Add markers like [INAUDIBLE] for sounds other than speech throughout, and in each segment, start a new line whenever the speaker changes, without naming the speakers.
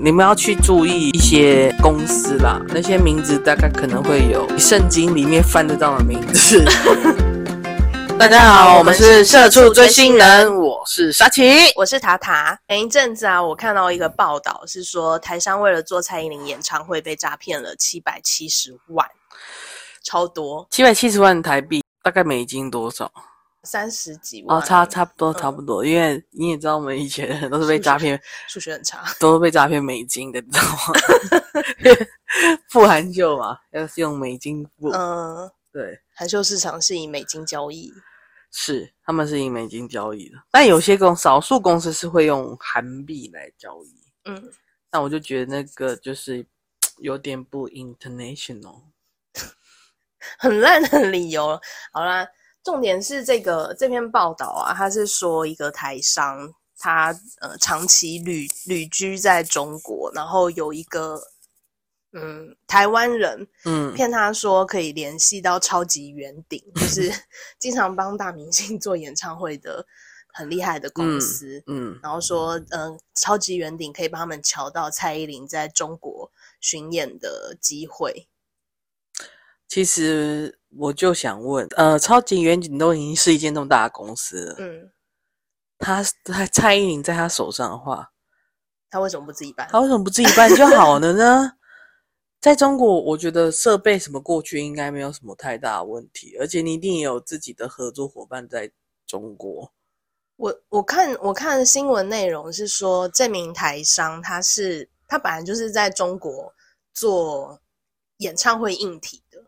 你们要去注意一些公司啦，那些名字大概可能会有圣经里面翻得到的名字。 [LAUGHS] 大家好，我们是社畜追星人，我是沙琪。
我是塔塔。前一阵子啊，我看到一个报道是说，台商为了做蔡依林演唱会被诈骗了七百七十万，超多，
七百七十万台币，大概美金多少？
三十几万。
哦，差差不多，
嗯
差不多。因为你也知道，我们以前都是被诈骗，
数学很差。
都是被诈骗美金的，你知道吗？因为 [LAUGHS] 付韩旧嘛，要是用美金付。
嗯，
对，
函授市场是以美金交易。
是，他们是以美金交易的，但有些公少数公司是会用韩币来交易。
嗯，
那我就觉得那个就是有点不 international。
很烂的理由。好啦，重点是这个这篇报道啊，它是说一个台商，他呃长期旅旅居在中国，然后有一个嗯台湾人
嗯，
骗他说可以联系到超级圆顶，就是 [LAUGHS] 经常帮大明星做演唱会的很厉害的公司。
嗯，
然后说，嗯、超级圆顶可以帮他们瞧到蔡依林在中国巡演的机会。嗯
其实我就想问，呃，超级远景都已经是一间那么大的公司了，
嗯，
他他蔡依林在他手上的话，
他为什么不自己办？
他为什么不自己办就好了呢？ [LAUGHS] 在中国，我觉得设备什么过去应该没有什么太大的问题，而且你一定也有自己的合作伙伴在中国。
我我看我看新闻内容是说，这名台商他是他本来就是在中国做演唱会硬体的，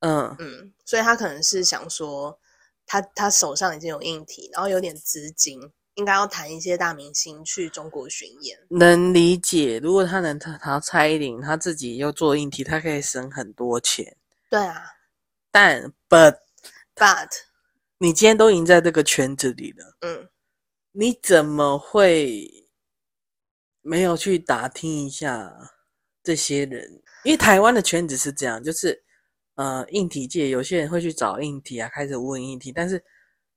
嗯
嗯，所以他可能是想说他他手上已经有硬体，然后有点资金，应该要谈一些大明星去中国巡演。
能理解，如果他能他他蔡依林，他自己又做硬体，他可以省很多钱。
对啊
但 but
，but
你今天都已经在这个圈子里了，
嗯，
你怎么会没有去打听一下这些人？因为台湾的圈子是这样，就是呃，硬体界有些人会去找硬体啊，开始问硬体，但是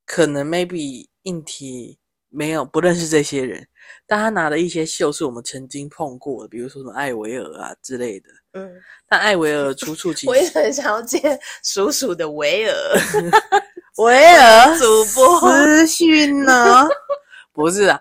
可能 maybe 硬体没有不认识这些人，但他拿的一些秀是我们曾经碰过的，比如说什么艾维尔啊之类的。
嗯，
但艾维尔出处其
[LAUGHS] 我一直很想要见鼠鼠的
[LAUGHS]
维尔，
维尔
主播
私讯
啊
呢？ [LAUGHS] 不是啊，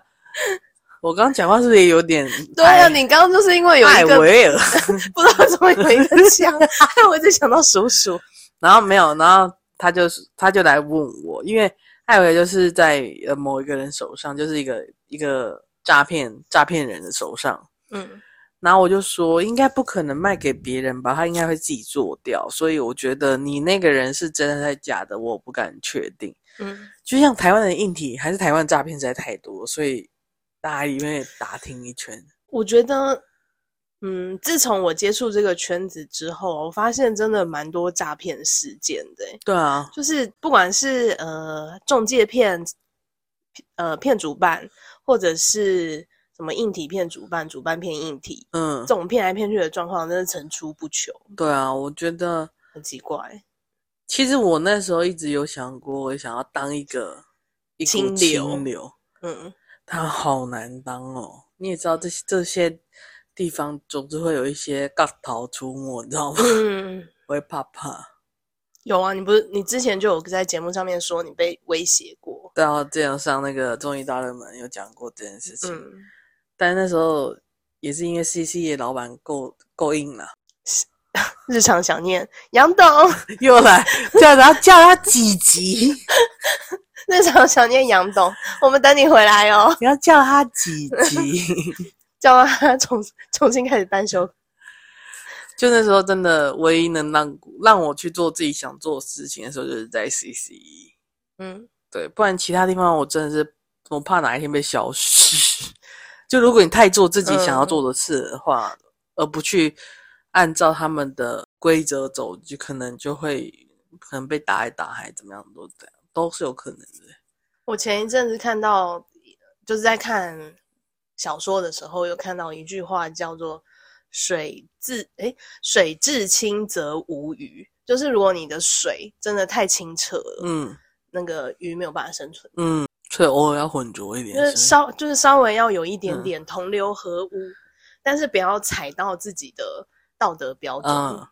我刚讲话是不是也有点太？
对啊，你刚刚就是因为有
哎艾
一个
维尔，
不知道为什么有一个
[LAUGHS]
枪，害我一直想到鼠鼠，
然后没有，然后他就是他就来问我，因为艾维尔就是在呃某一个人手上，就是一个一个诈骗诈骗人的手上。
嗯
然后我就说，应该不可能卖给别人吧，他应该会自己做掉，所以我觉得你那个人是真的还是假的，我不敢确定。
嗯，
就像台湾的硬体，还是台湾诈骗实在太多，所以大家里面打听一圈。
我觉得。嗯，自从我接触这个圈子之后，我发现真的蛮多诈骗事件的欸、
对啊，
就是不管是呃中介骗，呃骗主办，或者是什么硬体骗主办，主办骗硬体，
嗯
这，种骗来骗去的状况真的层出不穷，
对啊，我觉得
很奇怪。
其实我那时候一直有想过，我想要当一个一股
清流
清流，
嗯，
它好难当哦。你也知道这些这些地方总是会有一些杠头出没，你知道吗？ [LAUGHS]
嗯，
我会怕怕。
[CLEARS THROAT] 有啊，你不是你之前就有在节目上面说你被威胁过，
对啊，之前上那个综艺大热门有讲过这件事情，
嗯，
但那时候也是因为 C C 的老板够够硬了。
日常想念杨董，
[LAUGHS]
[LAUGHS]
又来叫他叫他几集？
日常想念杨董，我们等你回来哦，
你要叫他几集？
叫他 [LAUGHS] 重重新开始单休，
就那时候真的唯一能让让我去做自己想做的事情的时候，就是在 CCE。
嗯，
对，不然其他地方我真的是我怕哪一天被消失。 [LAUGHS] 就如果你太做自己想要做的事的话，而不去按照他们的规则走，就可能就会可能被打一打，还怎么样都这样，都是有可能的。
我前一阵子看到，就是在看小说的时候，有看到一句话叫做“水至诶水至清则无鱼”，就是如果你的水真的太清澈了，
嗯
那个鱼没有办法生存，
嗯，所以偶尔要浑浊一点
就是
是。
稍就是稍微要有一点
嗯
点同流合污。但是不要踩到自己的道德标准。
嗯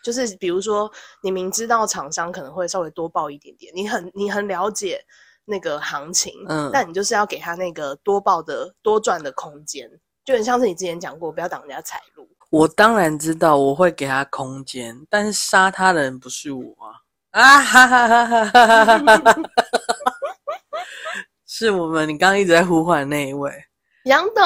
就是比如说，你明知道厂商可能会稍微多报一点点，你很你很了解那个行情，
嗯
但你就是要给他那个多报的多赚的空间，就很像是你之前讲过，不要挡人家财路。
我当然知道我会给他空间，但是杀他的人不是我啊！啊哈哈哈哈哈哈哈哈哈！ [LAUGHS] 是我们，你刚刚一直在呼唤的那一位，
杨
[LAUGHS]
董，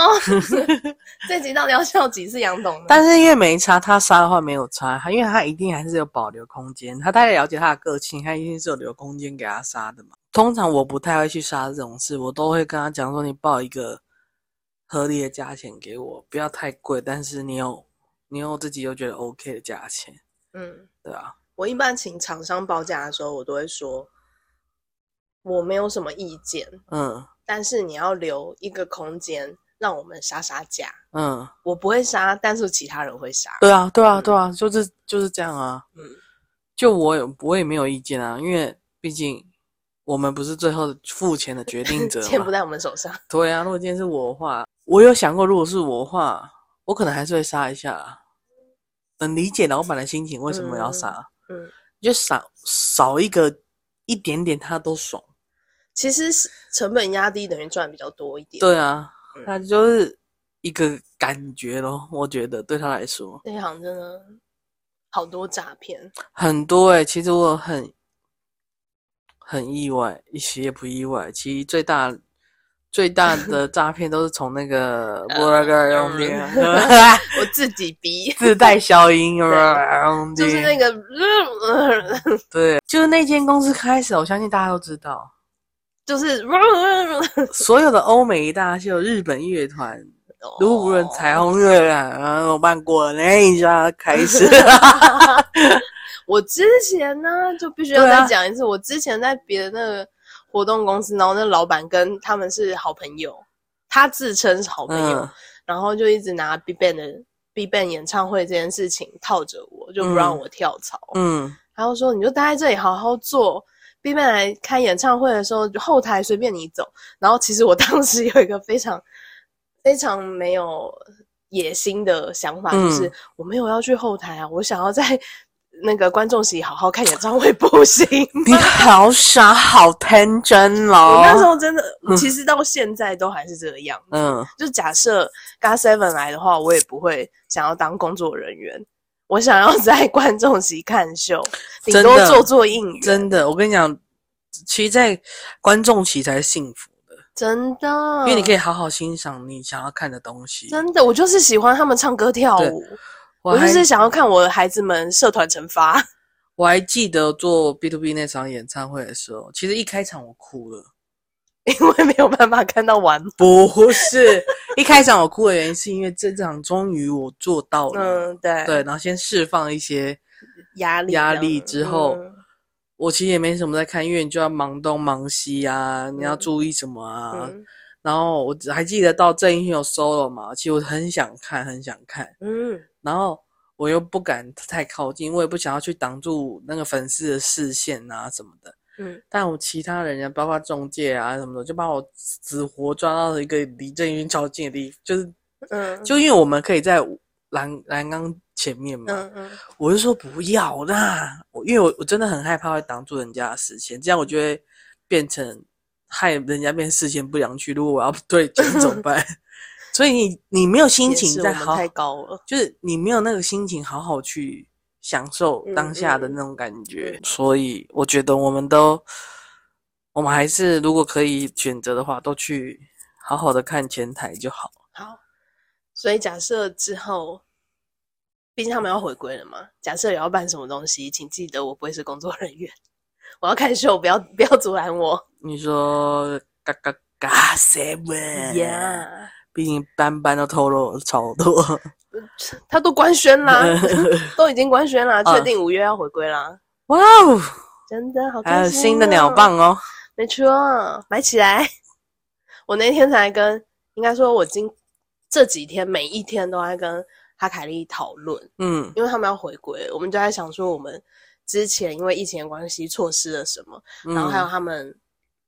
这集到底要笑几次杨董呢？
但是因为没差，他杀的话没有差，他因为他一定还是有保留空间，他大概了解他的个性，他一定是有留空间给他杀的嘛。通常我不太会去杀这种事，我都会跟他讲说，你报一个合理的价钱给我，不要太贵，但是你有你有自己又觉得 OK 的价钱，
嗯，
对啊，
我一般请厂商报价的时候，我都会说我没有什么意见，
嗯
但是你要留一个空间让我们杀杀价。
嗯。
我不会杀，但是其他人会杀。
对啊，对啊，
嗯
对啊，就是就是这样啊。
嗯
就我有我也没有意见啊，因为毕竟我们不是最后付钱的决定者
[LAUGHS] 钱不
嘛。
在我们手上。
对啊，如果今天是我的话，我有想过，如果是我的话，我可能还是会杀一下啊。能理解老板的心情，为什么要杀？
嗯，
你就少少一个一点点，他都爽。
其实是成本压低等于赚比较多一点。
对啊
嗯，
那就是一个感觉咯。我觉得对他来说，
这一行真的好多诈骗。
很多哎、其实我很很意外，一些也不意外。其实最大最大
[LAUGHS]
的诈骗都是从那个
呃
b u r g e r 用
[LAUGHS]
的
我自己逼，
[LAUGHS] 自带消
[LAUGHS]
音，
就是那个，
对，就是那间公司开始，我相信大家都知道，
就是 [LAUGHS]
所有的欧美一大秀、日本乐团、如无人哦彩。
哦
虹乐染，然后办过了那一家开
[LAUGHS]
始，
我之前呢，就必须要
对啊
再讲一次，我之前在别的那个活动公司，然后那老板跟他们是好朋友，他自称是好朋友，
嗯
然后就一直拿 B i Ban g 的 B i Ban g 演唱会这件事情套着我，就不让
嗯
我跳槽。
嗯，
然后说你就待在这里好好做。B 面来开演唱会的时候，后台随便你走。然后其实我 [LAUGHS] 当时有一个非常非常没有野心的想法，
嗯
就是我没有要去后台啊，我想要在那个观众席好好看演唱会，不行吗 [LAUGHS]
你好傻，好天真
我
哦。
那时候真的，其实到现在都还是这个样子。
嗯。
就假设 g Seven 来的话，我也不会想要当工作人员，我想要在观众席看秀，顶
真的
多做做应援。
真的，我跟你讲，其实，在观众席才是幸福的，
真的，
因为你可
以
以好好欣赏你想要看的东西。
嗯真的，我就是喜欢他们唱歌跳舞，
我
我就
还
是想要看我的孩子们社团惩罚。 [LAUGHS]
我还记得做 B to B 那场演唱会的时候，其实一开场我哭
[LAUGHS]
了，
因为没有办法看到完，
不是一开场我哭的原因，是因为这场终于我做到了，
嗯，对，
对，然后先释放一些
压力
压
这样
力
子
之后
嗯
我其实也没什么在看，因为你就要忙东忙西啊，你要
嗯
注意什么啊。
嗯
然后我只还记得到郑义有 solo 嘛，其实我很想看，很想看。
嗯
然后我又不敢太靠近，我也不想要去挡住那个粉丝的视线啊什么的。
嗯，
但我其他人啊，包括中介啊什么的，就把我死活抓到了一个离郑云超近的地，就是
嗯，
就因为我们可以在栏栏杆前面嘛，
嗯嗯
我就说不要啦，我因为我我真的很害怕会挡住人家的视线，这样我就会变成害人家变视线不良区。如果我要对前怎么办？ [LAUGHS] 所以你你没有心
也
情
是
在
我们
好
太高了，
就是你没有那个心情好好去享受当下的那种感觉，
嗯嗯嗯
所以我觉得我们都，我们还是如果可以选择的话，都去好好的看前台就好。
好，所以假设之后。毕竟他们要回归了嘛，假设也要办什么东西，请记得我不会是工作人员， [LAUGHS] 我要看秀，不要不要阻
[LAUGHS]
拦我。
你说嘎嘎嘎 seven，
Yeah，
毕竟班班都透露了超多，
他都官宣啦， [LAUGHS] 都已经官宣啦，
嗯
确定五月要回归啦，
哇哦，
真的好开
[LAUGHS]
心、啊
还有新的鸟，棒哦，
没错，买起来。 [LAUGHS] 我那天才跟，应该说我今这几天每一天都在跟哈凯利讨论，
嗯
因为他们要回归，我们就在想说我们之前因为疫情的关系错失了什么，
嗯，
然后还有他们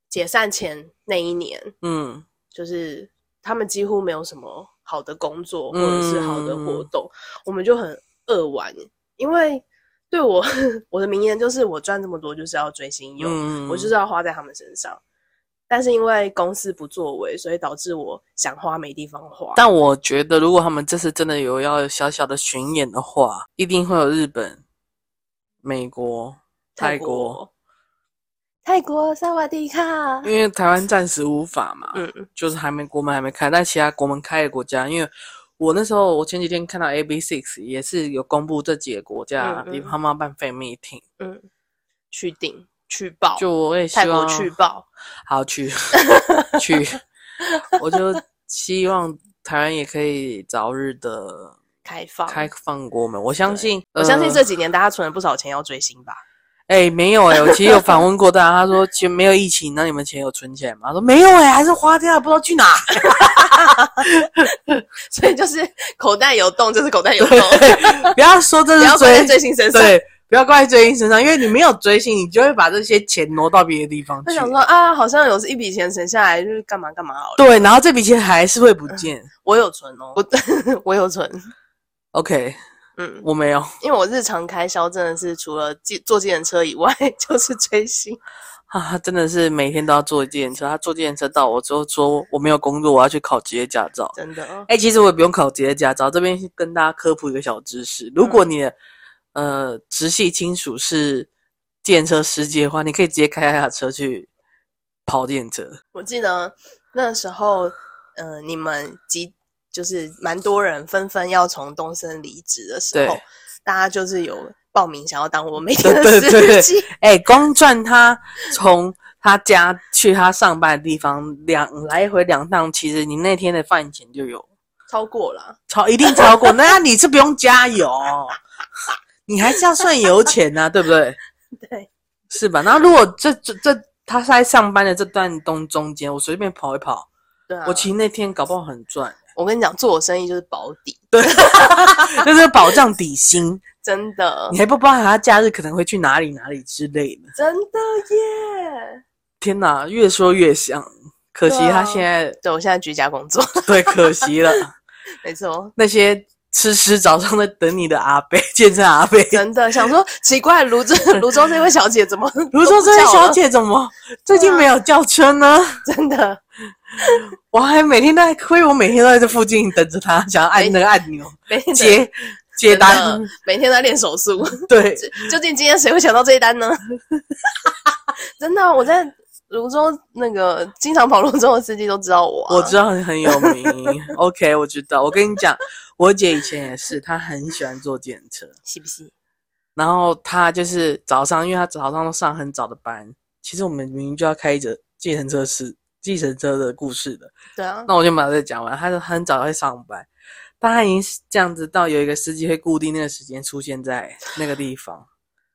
解散前那一年，
嗯
就是他们几乎没有什么好的工作或者是好的
嗯
活动，我们就很扼腕，因为对我 [LAUGHS] 我的名言就是我赚这么多就是要追星用，
嗯
我就是要花在他们身上。但是因为公司不作为，所以导致我想花没地方花。
但我觉得，如果他们这次真的有要小小的巡演的话，一定会有日本、美国、泰国，
国，泰国萨瓦迪卡，
因为台湾暂时无法嘛，
嗯，
就是还没国门还没开，但其他国门开的国家，因为我那时候我前几天看到 AB Six 也是有公布这几个国家
嗯嗯
地方要办 fan meeting，
嗯，去顶去报，
就我也
泰
希
国
望
去报，
好
[LAUGHS]
去去，我就希望台湾也可以早日的
开放。
开放国门，我相
对
信，
我相信
呃
这几年大家存了不少钱要追星吧？
哎、没有哎、我其实有访问过大家，他说其实没有疫情，那你们钱有存起来吗？他说没有哎、还是花掉了，不知道去哪。
[LAUGHS] 所以就是口袋有洞，就是口袋有洞，
对，不要说这
不要
是
怪在
追，
追星身上。
对，不要怪在追星身上，因为你没有追星，你就会把这些钱挪到别的地方
他
去。
想说啊，好像有一笔钱省下来，就是干嘛干嘛好了。
对，然后这笔钱还是会不见。
我有存哦，我我有存，
OK，
嗯，
我没有。
因为我日常开销真的是除了计坐计程车以外， [LAUGHS] 就是追星。
啊，他真的是每天都要坐电车，他坐电车到我之后说我没有工作，我要去考职业驾照。
真的哦，
哎、其实我也不用考职业驾照，这边跟大家科普一个小知识：如果你的、呃直系亲属是电车司机的话，你可以直接开他的车去跑电车。
我记得那时候，呃，你们集就是蛮多人纷纷要从东森离职的时候
对，
大家就是有报名想要当
[LAUGHS]
我每天的
对对对
司机，
哎、光赚他从他家去他上班的地方两来回两趟，其实你那天的饭钱就有
超过了。
超一定超过， [LAUGHS] 那你是不用加油， [LAUGHS] 你还是要算油钱呐、对不对？
对，
是吧？那如果这这这他在上班的这段东中间，我随便跑一跑，
对啊，
我其实那天搞不好很赚， [LAUGHS]
我跟你讲，做我生意就是保底，
就是保障底薪，
真的
你，还不包含他假日可能会去哪里哪里之类的。
真的耶！
天哪，越说越像，可惜
对啊
他现在
对啊我现在居家工作， [LAUGHS]
对,、可惜了
没错，
那些吃吃早上在等你的阿贝，健身阿贝，
真的
[LAUGHS]
想说奇怪，泸州泸州这位小姐怎么
泸州这位
都不叫了
小姐怎么最近没有叫车呢？
真的
我还每天都在亏，我每天都在这附近等着她，想要按那个按钮
每天在
接接单
真的，每天在练手速，
对。
究竟今天谁会想到这一单呢？ [LAUGHS] 真的啊、我在泸州那个经常跑泸州的司机都知道我、啊，
我知道你很有名，OK，我知道。我跟你讲，我姐以前也是，她很喜欢坐电车，
是不是？
然后她就是早上，因为她早上都上很早的班，其实我们明明就要开着计程车是计程车的故事的，
对啊，
那我就把这讲完。她就很早会上班，但她已经是这样子到有一个司机会固定那个时间出现在那个地方，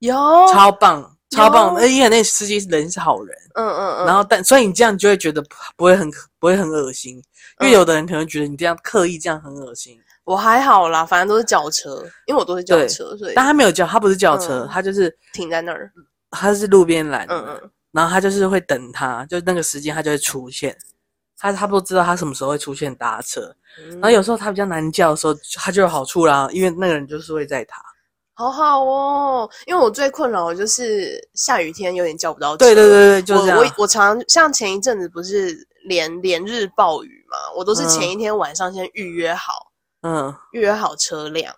有，
超棒，超棒！
有
而且那司机人是好人，
嗯嗯嗯，
然后但所以你这样就会觉得不不会很不会很恶心，因为
嗯
有的人可能觉得你这样刻意这样很恶心，
我还好啦，反正都是轿车，因为我都是轿
对
车，所以
但他没有叫，他不是叫车，
嗯
他就是
停在那儿，
他是路边拦的，
嗯嗯，
然后他就是会等他，就那个时间他就会出现，他差不多知道他什么时候会出现搭车，
嗯
然后有时候他比较难叫的时候，他就有好处啦，因为那个人就是会载他，
好好哦，因为我最困扰的就是下雨天有点叫不到车。
对对对对，就这样
我我我常像前一阵子不是连连日暴雨嘛，我都是前一天晚上先预约好，
嗯，
预约好车辆，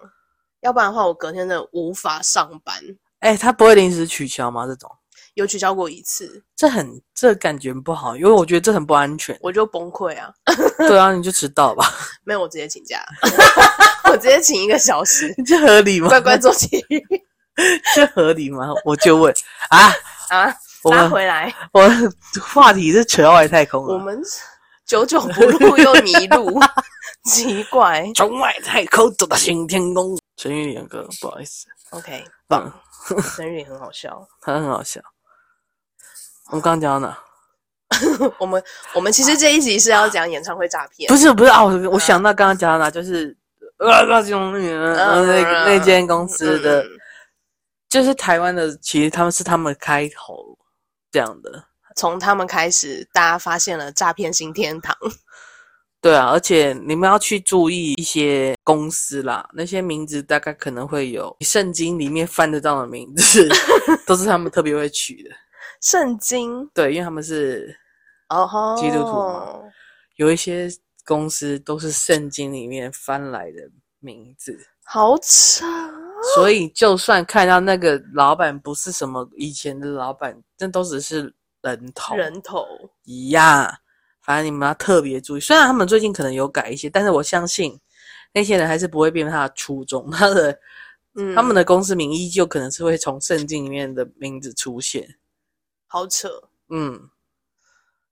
要不然的话我隔天真的无法上班。
哎、他不会临时取消吗？这种
有取消过一次，。
这很这感觉不好，因为我觉得这很不安全
我就崩溃啊！
[LAUGHS] 对啊，你就迟到吧，
没有，我直接请假， [LAUGHS] 我直接请一个小时，
[LAUGHS] 这合理吗？
乖乖做体育
这合理吗？我就问啊，
啊！
[LAUGHS] 我
拉
们
回来，
我话题是扯到外太空
我
了，
们久久不入又迷路， [LAUGHS] 奇怪。
从外太空走到新天宫。陈玉莲哥，不好意思，
OK，
棒，
生日也很好笑。
他很好笑。我们刚刚讲到哪？
我们我们其实这一集是要讲演唱会诈骗
不，是不是啊，我我想到刚刚讲到哪，就是呃，高雄那个呃那个那间公司的
嗯，
就是台湾的，其实他们是他们开头这样的。
从他们开始，大家发现了诈骗新天堂。
对啊，而且你们要去注意一些公司啦，那些名字大概可能会有圣经里面翻得到的名字，都是他们特别会取的。
圣经
对，因为他们是
哦吼，
基督徒嘛
哦
有一些公司都是圣经里面翻来的名字，
好扯啊，
所以就算看到那个老板不是什么以前的老板，那都只是人头
人头
一样。反正你们要特别注意，虽然他们最近可能有改一些，但是我相信那些人还是不会变他的初衷，他的、
嗯，
他们的公司名依旧可能是会从圣经里面的名字出现。
好扯，
嗯，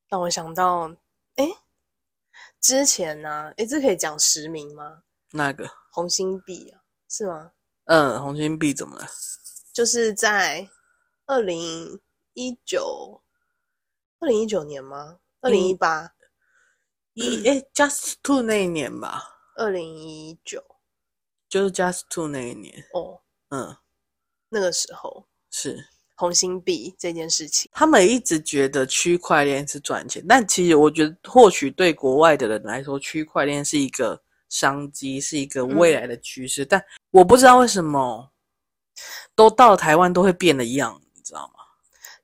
让我想到，哎，之前呢、啊，哎，这可以讲实名吗？
那个，
红心币啊，是吗？
嗯，红心币怎么了？
就是在二零一九，二零一九年吗？二零一八，
一诶、j u s t Two 那一年吧，
二零一九，
就是 Just Two 那一年。
哦，
嗯，
那个时候
是
红心币这件事情，
他们一直觉得区块链是赚钱，但其实我觉得，或许对国外的人来说，区块链是一个商机，是一个未
嗯
来的趋势。但我不知道为什么，都到台湾都会变得一样，你知道吗？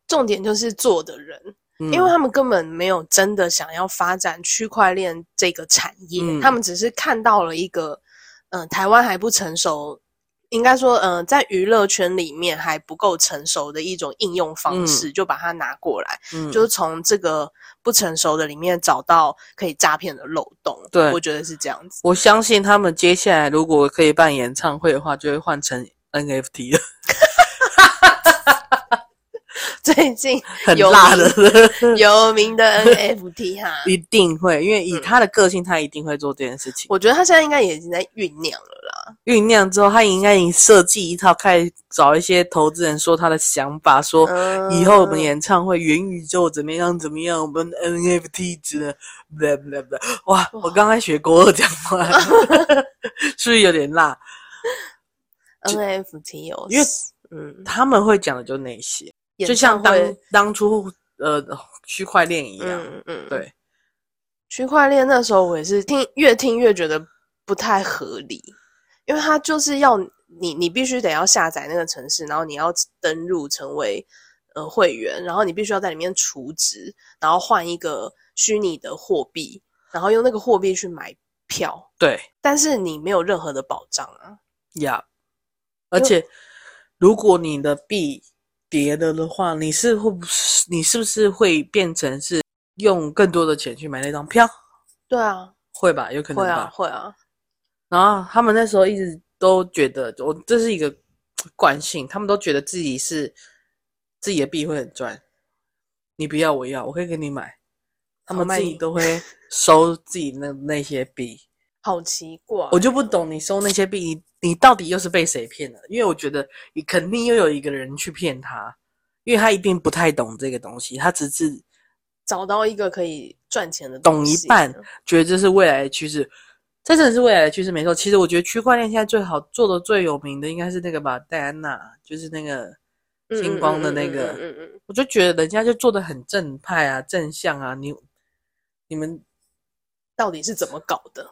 重点就是做的人，
嗯、
因为他们根本没有真的想要发展区块链这个产业，
嗯
他们只是看到了一个，嗯、台湾还不成熟，应该说，嗯、在娱乐圈里面还不够成熟的一种应用方式，就把它拿过来，
嗯
就是从这个不成熟的里面找到可以诈骗的漏洞。
对
我觉得是这样子。 [LAUGHS]
我相信他们接下来如果可以办演唱会的话，就会换成 NFT 了，
最近
很
有
辣的，
有名的 NFT 哈，
[LAUGHS] 一定会，因为以
嗯
他的个性，他一定会做这件事情。
我觉得他现在应该也已经在酝酿了啦。
酝酿之后，他应该已经设计一套，开始找一些投资人说他的想法，说
嗯
以后我们演唱会元宇宙怎么样怎么样，我们 NFT 值得，blah blah blah。哇，我刚才学国二讲话，
[LAUGHS]
是不是有点辣？
NFT 有，
因为
嗯，
他们会讲的就那些，就
演
像
唱
当
会
当初呃区块链一样，
嗯嗯，
对，
区块链那时候我也是听越听越觉得不太合理，因为它就是要你你必须得要下载那个城市，然后你要登入成为呃会员，然后你必须要在里面储值，然后换一个虚拟的货币，然后用那个货币去买票，
对
但是你没有任何的保障啊。
呀。而且，如果你的币跌了的话，你是会不是你是不是会变成是用更多的钱去买那张票？
对啊，
会吧，有可能
会
吧。
啊，会啊，
然后他们那时候一直都觉得，我这是一个惯性，他们都觉得自己是自己的币会很赚，你不要我要，我可以给你买。他
好
们
卖
自己
你
都
[LAUGHS]
会收自己那那些币，
好奇怪，
我就不懂你收那些币，你你到底又是被谁骗了？因为我觉得你肯定又有一个人去骗他，因为他一定不太懂这个东西，他只是
找到一个可以赚钱的
懂
东
一
西
半觉得这是未来的趋势，这真的是未来的趋势，没错。其实我觉得区块链现在最好做的最有名的应该是那个吧，戴安娜，就是那个
嗯
星光的那
嗯嗯
个，
嗯嗯嗯嗯
我就觉得人家就做的很正派啊，正向啊，你你们
到底是怎么搞的？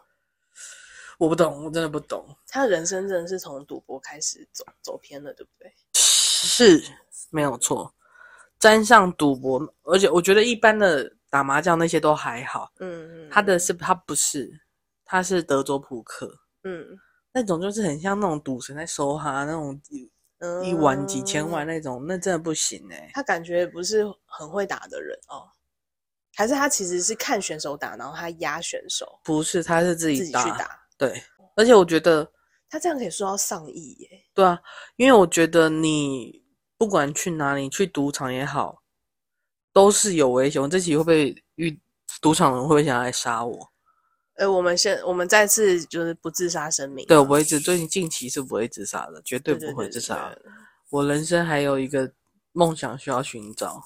我不懂，我真的不懂，
他人生真的是从赌博开始走走偏了，对不对？
是没有错，沾上赌博，而且我觉得一般的打麻将那些都还好，
嗯，
他的是他不是，他是德州扑克。
嗯
那种就是很像那种赌神在收哈那种
嗯
一晚几千万，那种，那真的不行哎、
他感觉不是很会打的人哦，还是他其实是看选手打，然后他压选手
不是，他是自
自
己
己
打，
去打，
对。而且我觉得，
他这样可以说到上亿耶，
对啊，因为我觉得你不管去哪里，去赌场也好，都是有危险。我这期会不会遇赌场人会不会想来杀我？
呃，我们先我们再次就是不自杀声明，
对我不会自，最近近期是不会自杀的，绝对
对
不会自杀。
对对
我人生还有一个梦想需要寻找，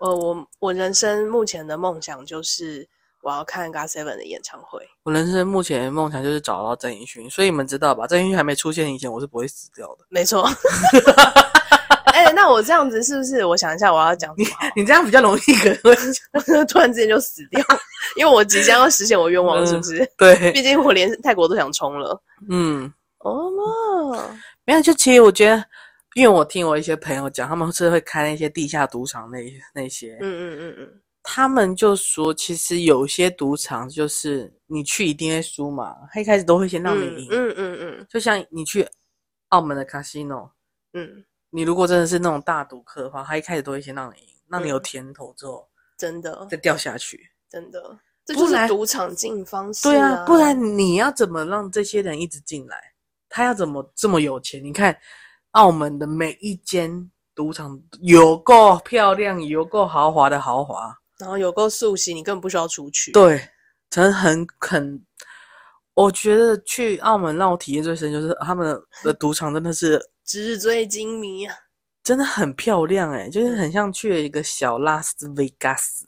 呃，我我人生目前的梦想就是我要看 g a Seven 的演唱会，
我人生目前的梦想就是找到郑怡勋，所以你们知道吧？郑怡勋还没出现以前，我是不会死掉的。
[LAUGHS] 没错。哎、那下，我这样子是不是？我想一下，我要讲什么好？
你这样比较容易可能会
[LAUGHS] 突然之间就死掉，因为我即将要实现我愿望，是不是？
[LAUGHS] 对，
毕竟我连泰国都想冲了。
嗯，
哦嘛，
没有。就其实我觉得，因为我听我一些朋友讲，他们是会开那些地下赌场那那些，
嗯嗯嗯嗯，
他们就说，其实有些赌场就是你去一定会输嘛，他一开始都会先让你赢。
嗯嗯嗯
就像你去澳门的 casino，
嗯，
你如果真的是那种大赌客的话，他一开始都会先让你赢，让
嗯
你有甜头之后
真的
再掉下去。
真的，这就
不
是
然
赌场经营方式。
对
啊，
不然你要怎么让这些人一直进来？他要怎么这么有钱？你看澳门的每一间赌场有够漂亮，有够豪华的豪华，
然后有够素习，你根本不需要出去。，
对，真很很，我觉得去澳门让我体验最深就是他们的赌场真的是
纸醉金迷啊，
真的很漂亮哎、就是很像去了一个小拉斯维加斯，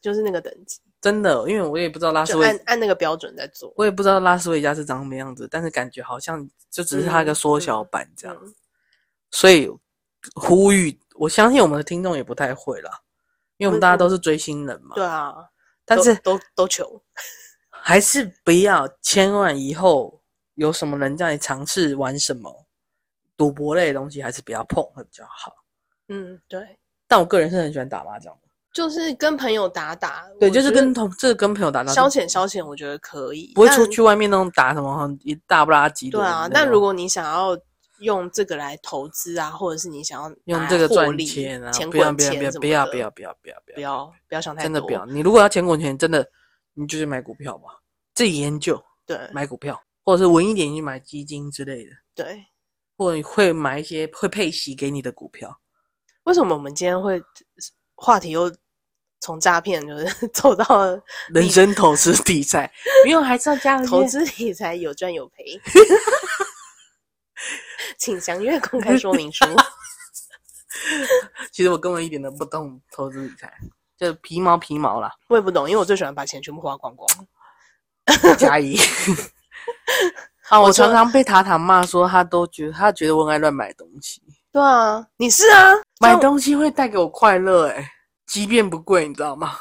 就是那个等级，
真的，因为我也不知道拉斯
就
维
按，按那个标准在做。
我也不知道拉斯维加斯长什么样子，但是感觉好像就只是它一个
嗯
缩小版这样，
嗯
所以呼吁，我相信我们的听众也不太会啦，因为我们大家都是追星人嘛，
嗯对啊，
但
都
是
都都穷。
还是不要，千万以后有什么人叫你尝试玩什么赌博类的东西，还是不要碰会比较好。
嗯，对，
但我个人是很喜欢打麻将的，
就是跟朋友打打，
对，
我
就是
觉得
跟同这跟朋友打打
消遣消遣，我觉得可以。
不会
但
出去外面那种打什么很一大不拉几的
对
那种。
啊，但如果你想要用这个来投资啊，或者是你想要拿
用
来
这个
获
赚
利
钱啊，
钱
不要
滚
不要
钱
不要
什么
不要
的
不要不要不要
不要不要想太多，
真的不要。你如果要钱滚钱，真的你就去买股票吧，自己研究
对
买股票，或者是稳一点你去买基金之类的，
对。
或者会买一些会配息给你的股票。
为什么我们今天会话题又从诈骗就是 [LAUGHS] 走到了
人生投资理财， [LAUGHS] 没有还是要 [LAUGHS] 加入
投
一些
资理财有赚有赔？请详阅公开说明书。
其实我根本一点都不懂投资理财，就皮毛皮毛 [LAUGHS] 啦。
我也不懂，因为我最喜欢把钱全部花光光。
加 [LAUGHS] 一啊，我
我说
常常被塔塔骂说，他都觉得他觉得我很爱乱买东西，
对啊，你是啊，
买东西会带给我快乐、哎，即便不贵，你知道吗？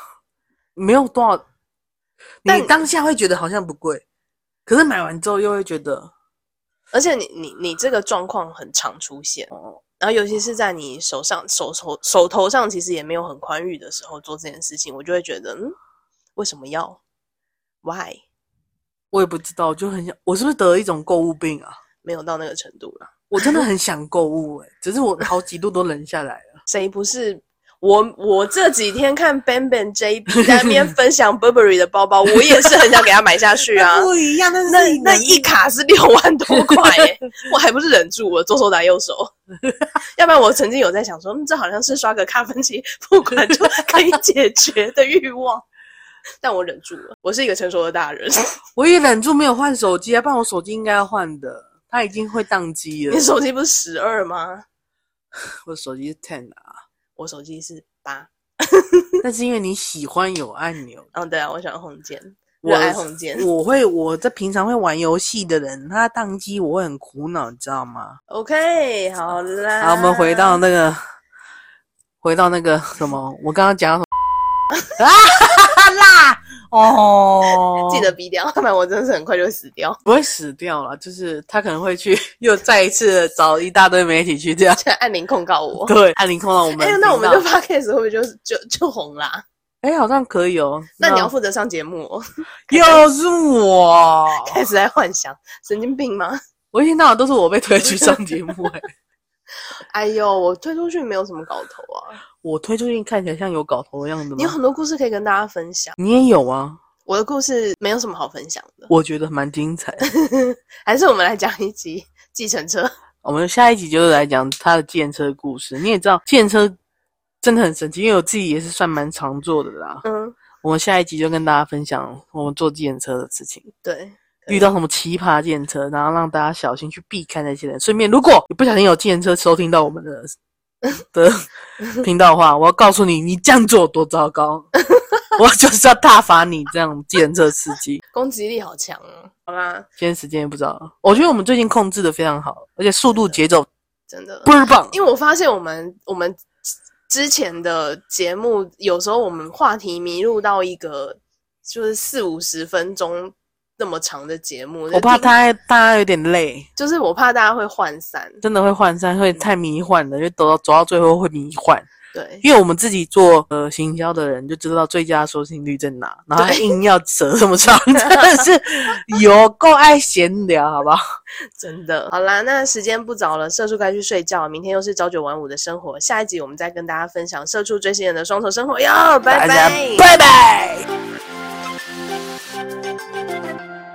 没有多少，
但
你当下会觉得好像不贵，可是买完之后又会觉得，
而且你你你这个状况很常出现，
哦，
然后尤其是在你手上手手手头上其实也没有很宽裕的时候做这件事情，我就会觉得，嗯，为什么要？Why？
我也不知道，就很想，我是不是得了一种购物病啊？
没有到那个程度啦。
我真的
[LAUGHS]
很想购物、哎，只是我好几度都忍下来了。
谁不是？我我这几天看 Ben Ben JB 在那边分享 Burberry 的包包，我也是很想给他买下去啊。
不一样，但是
那那一卡是六
[LAUGHS]
万多块、欸，我还不是忍住我左手打右手， [LAUGHS] 要不然我曾经有在想说，嗯，这好像是刷个卡分期付款就可以解决的欲望，但我忍住了，我是一个成熟的大人。 [LAUGHS]
我也忍住没有换手机啊，不然我手机应该要换的，它已经会宕机了
你。手机不是十二吗？
我的手机是 ten 啊，
我手机是八。
但是因为你喜欢有按钮，
嗯，对啊，我喜欢红箭，
我
热爱红箭。
我会我这平常会玩游戏的人，他宕机我会很苦恼，你知道吗？
OK，好啦。
好，我们回到那个，回到那个什么，我刚刚讲到什 [LAUGHS] 么啊哈哈 [LAUGHS] 啦哦，
记得逼掉，不然我真的是很快就会死掉。
不会死掉了，就是他可能会去 [LAUGHS] 又再一次地找一大堆媒体去这样。 [LAUGHS]
现在按铃控告我。
对，按铃控到我们频道。
哎、那我们就 podcast 会不会就就就红啦？
哎、好像可以哦。
[LAUGHS] 那你要负责上节目、哦。
又是我， [LAUGHS]
[LAUGHS] 开始在幻想，神经病吗？
我一天到晚都是我被推去上节目、哎， [LAUGHS]
哎呦，我推出去没有什么搞头啊！
我推出去看起来像有搞头的样子吗？
你有很多故事可以跟大家分享，
你也有啊，
我的故事没有什么好分享的， [LAUGHS]
我觉得蛮精彩的。 [LAUGHS]
还是我们来讲一集计程车。
我们下一集就是来讲他的建车故事。你也知道，建车真的很神奇，因为我自己也是算蛮常做的啦。
[LAUGHS] 嗯，
我们下一集就跟大家分享我们坐建车的事情。
对，可以
遇到什么奇葩建车，然后让大家小心去避开那些人。顺便，如果你不小心有建车收听到我们的
[LAUGHS]
的频道的话，我要告诉你，你这样做有多糟糕，
[LAUGHS]
我就是要大罚你这样建车司机。
攻击力好强哦。好啦，
今天时间也不早了，我觉得我们最近控制的非常好，而且速度节奏
真的。
倍儿棒。
因为我发现我们我们之前的节目，有时候我们话题迷路到一个就是四五十分钟那么长的节目，
我怕
就听
大家大家有点累，
就是我怕大家会涣散。
真的会涣散，会太迷幻了，因为走到走到最后会迷幻。
对，
因为我们自己做呃行销的人就知道最佳收听率在哪，然后还硬要扯这么长， [LAUGHS] 真的是有够爱闲聊，好不好？
真的。好啦，那时间不早了，社畜该去睡觉。明天又是朝九晚五的生活，下一集我们再跟大家分享社畜追星人的双重生活哟。拜
大家拜
拜。
拜。